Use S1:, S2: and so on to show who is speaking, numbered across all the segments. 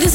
S1: this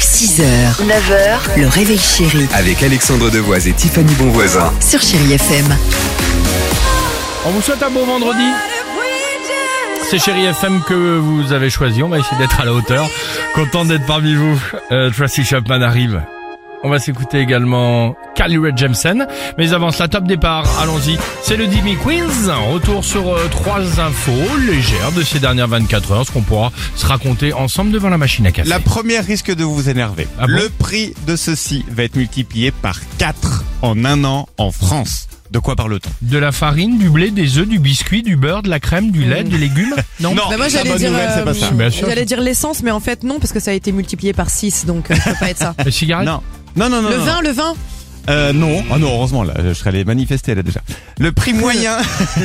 S2: 6h, 9h, le réveil chéri
S3: avec Alexandre Devoise et Tiffany Bonvoisin.
S2: sur Chérie FM.
S4: On vous souhaite un beau vendredi. C'est Chéri FM que vous avez choisi. On va essayer d'être à la hauteur. Content d'être parmi vous. Euh, Tracy Chapman arrive. On va s'écouter également Carly Rae Jepsen. Mais avant cela, top départ. Allons-y. C'est le Dimi Quiz. Retour sur euh, trois infos légères de ces dernières 24 heures. Ce qu'on pourra se raconter ensemble devant la machine à café.
S5: La première risque de vous énerver.
S4: Ah bon
S5: le prix de ceci va être multiplié par 4 en un an en France. De quoi parle-t-on
S4: De la farine, du blé, des œufs, du biscuit, du beurre, de la crème, du lait, des légumes. Non.
S5: Mm. Non,
S6: Bah, moi
S5: la
S6: j'allais
S5: bonne
S6: dire,
S5: nouvelle, c'est
S6: euh,
S5: pas ça.
S4: Bien sûr.
S6: j'allais dire l'essence, mais en fait non, parce que ça a été multiplié par 6, donc euh, ça peut pas être ça.
S4: Les cigarettes.
S5: Non. Non, non, non.
S6: Le
S5: non,
S6: vin, le vin,
S5: Euh, non. Ah non, heureusement, là, je serais allé manifester, là, déjà. Le prix moyen,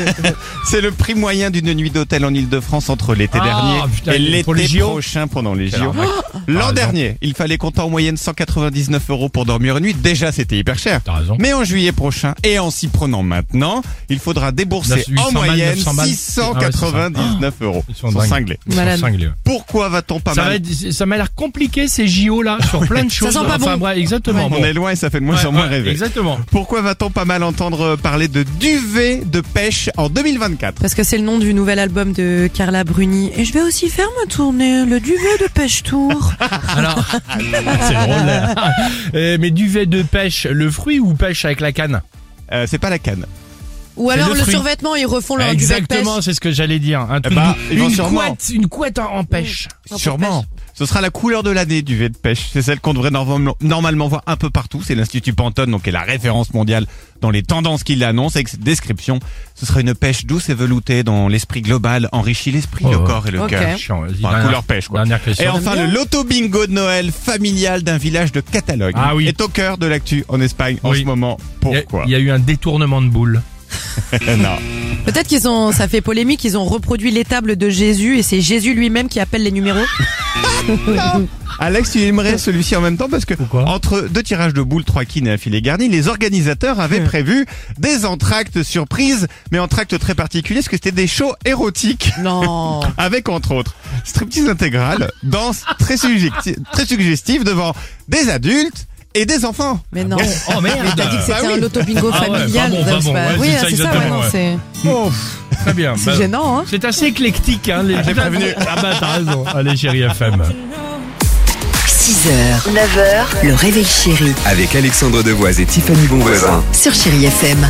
S5: c'est le prix moyen d'une nuit d'hôtel en Ile-de-France entre l'été
S4: Ah,
S5: dernier
S4: putain,
S5: et
S4: pour les
S5: l'été
S4: JO.
S5: prochain pendant les
S4: Quelle
S5: JO.
S4: arnaque.
S5: L'an
S4: raison.
S5: dernier, il fallait compter en moyenne 199 euros pour dormir une nuit. Déjà, c'était hyper cher.
S4: T'as raison.
S5: Mais en juillet prochain, et en s'y prenant maintenant, il faudra débourser
S4: 900
S5: en
S4: balles,
S5: moyenne
S4: 900 balles. Ah
S5: 699 euros.
S4: Ils sont
S5: Sans
S4: dingues.
S5: cinglés.
S4: Ils sont
S6: Malade.
S4: cinglés, ouais.
S5: Pourquoi va-t-on pas
S4: Ça,
S5: mal
S4: va être- ça m'a l'air compliqué ces JO là sur plein de choses.
S6: sent pas
S4: Enfin,
S6: bon.
S4: bref, exactement.
S5: On
S4: Bon.
S5: est loin et ça fait de moins
S4: Ouais,
S5: en moins
S4: ouais,
S5: rêver.
S4: Exactement.
S5: Pourquoi va-t-on pas mal entendre parler de duvet de pêche en 2024
S6: parce que c'est le nom du nouvel album de Carla Bruni. Et je vais aussi faire ma tournée, le duvet de pêche tour.
S4: Alors, c'est drôle. là. Euh, Mais duvet de pêche, le fruit ou pêche avec la canne
S5: Euh, C'est pas la canne.
S6: Ou
S4: C'est
S6: alors
S4: le
S6: le,
S4: fruit.
S6: survêtement, ils refont leur duvet de pêche.
S4: Exactement, c'est ce que j'allais dire. Un truc-
S5: bah, ils vont
S4: une
S5: sûrement.
S4: couette, une couette en, en
S6: Mmh.
S4: pêche.
S5: Sûrement. Ce sera la couleur de l'année du duvet de pêche. C'est celle qu'on devrait normalement, normalement voir un peu partout. C'est l'Institut Pantone, donc qui est la référence mondiale dans les tendances qu'il annonce. Avec cette description, ce sera une pêche douce et veloutée dont l'esprit global enrichit l'esprit,
S4: Oh,
S5: le
S4: ouais.
S5: corps et le
S6: Ok.
S5: cœur.
S4: Chiant, vas-y,
S5: Enfin,
S4: dernière-
S5: couleur pêche, quoi.
S4: Dernière
S5: Et
S4: question.
S5: enfin, le loto bingo de Noël familial d'un village de Catalogne
S4: Ah oui.
S5: est au cœur de l'actu en Espagne en
S4: Oui.
S5: ce moment.
S4: Il y a-
S5: Pourquoi
S4: Il y a eu un détournement de boule.
S5: Non.
S6: Peut-être qu'ils ont, ça fait polémique, ils ont reproduit l'étable de Jésus et c'est Jésus lui-même qui appelle les numéros.
S5: Ah. Alex, tu aimerais celui-ci en même temps parce que
S4: Pourquoi
S5: entre deux tirages de boules, trois quines et un filet garni, les organisateurs avaient prévu des entractes surprises, mais entractes très particuliers parce que c'était des shows érotiques
S6: Non.
S5: avec entre autres striptease intégrale, danse très, suggestive, très suggestive devant des adultes et des enfants.
S6: Mais non.
S4: Oh merde.
S6: Mais t'as dit que c'était
S5: Bah oui.
S6: un auto-bingo
S4: Ah ouais, pas
S6: familial.
S4: bon, pas
S6: je sais
S4: bon, ouais,
S6: oui,
S4: c'est ça
S6: c'est ça, ouais,
S4: exactement,
S6: non,
S4: ouais.
S6: c'est
S4: Oh, très bien.
S6: c'est
S4: Bah,
S6: gênant, hein.
S4: C'est assez éclectique, hein, les.
S5: prévenu.
S4: Ah bah, t'as raison. Allez, chérie FM.
S2: 6h, 9h, le réveil chéri
S3: Avec Alexandre Devoise et Tiffany Bonvoisin.
S2: sur Chérie FM.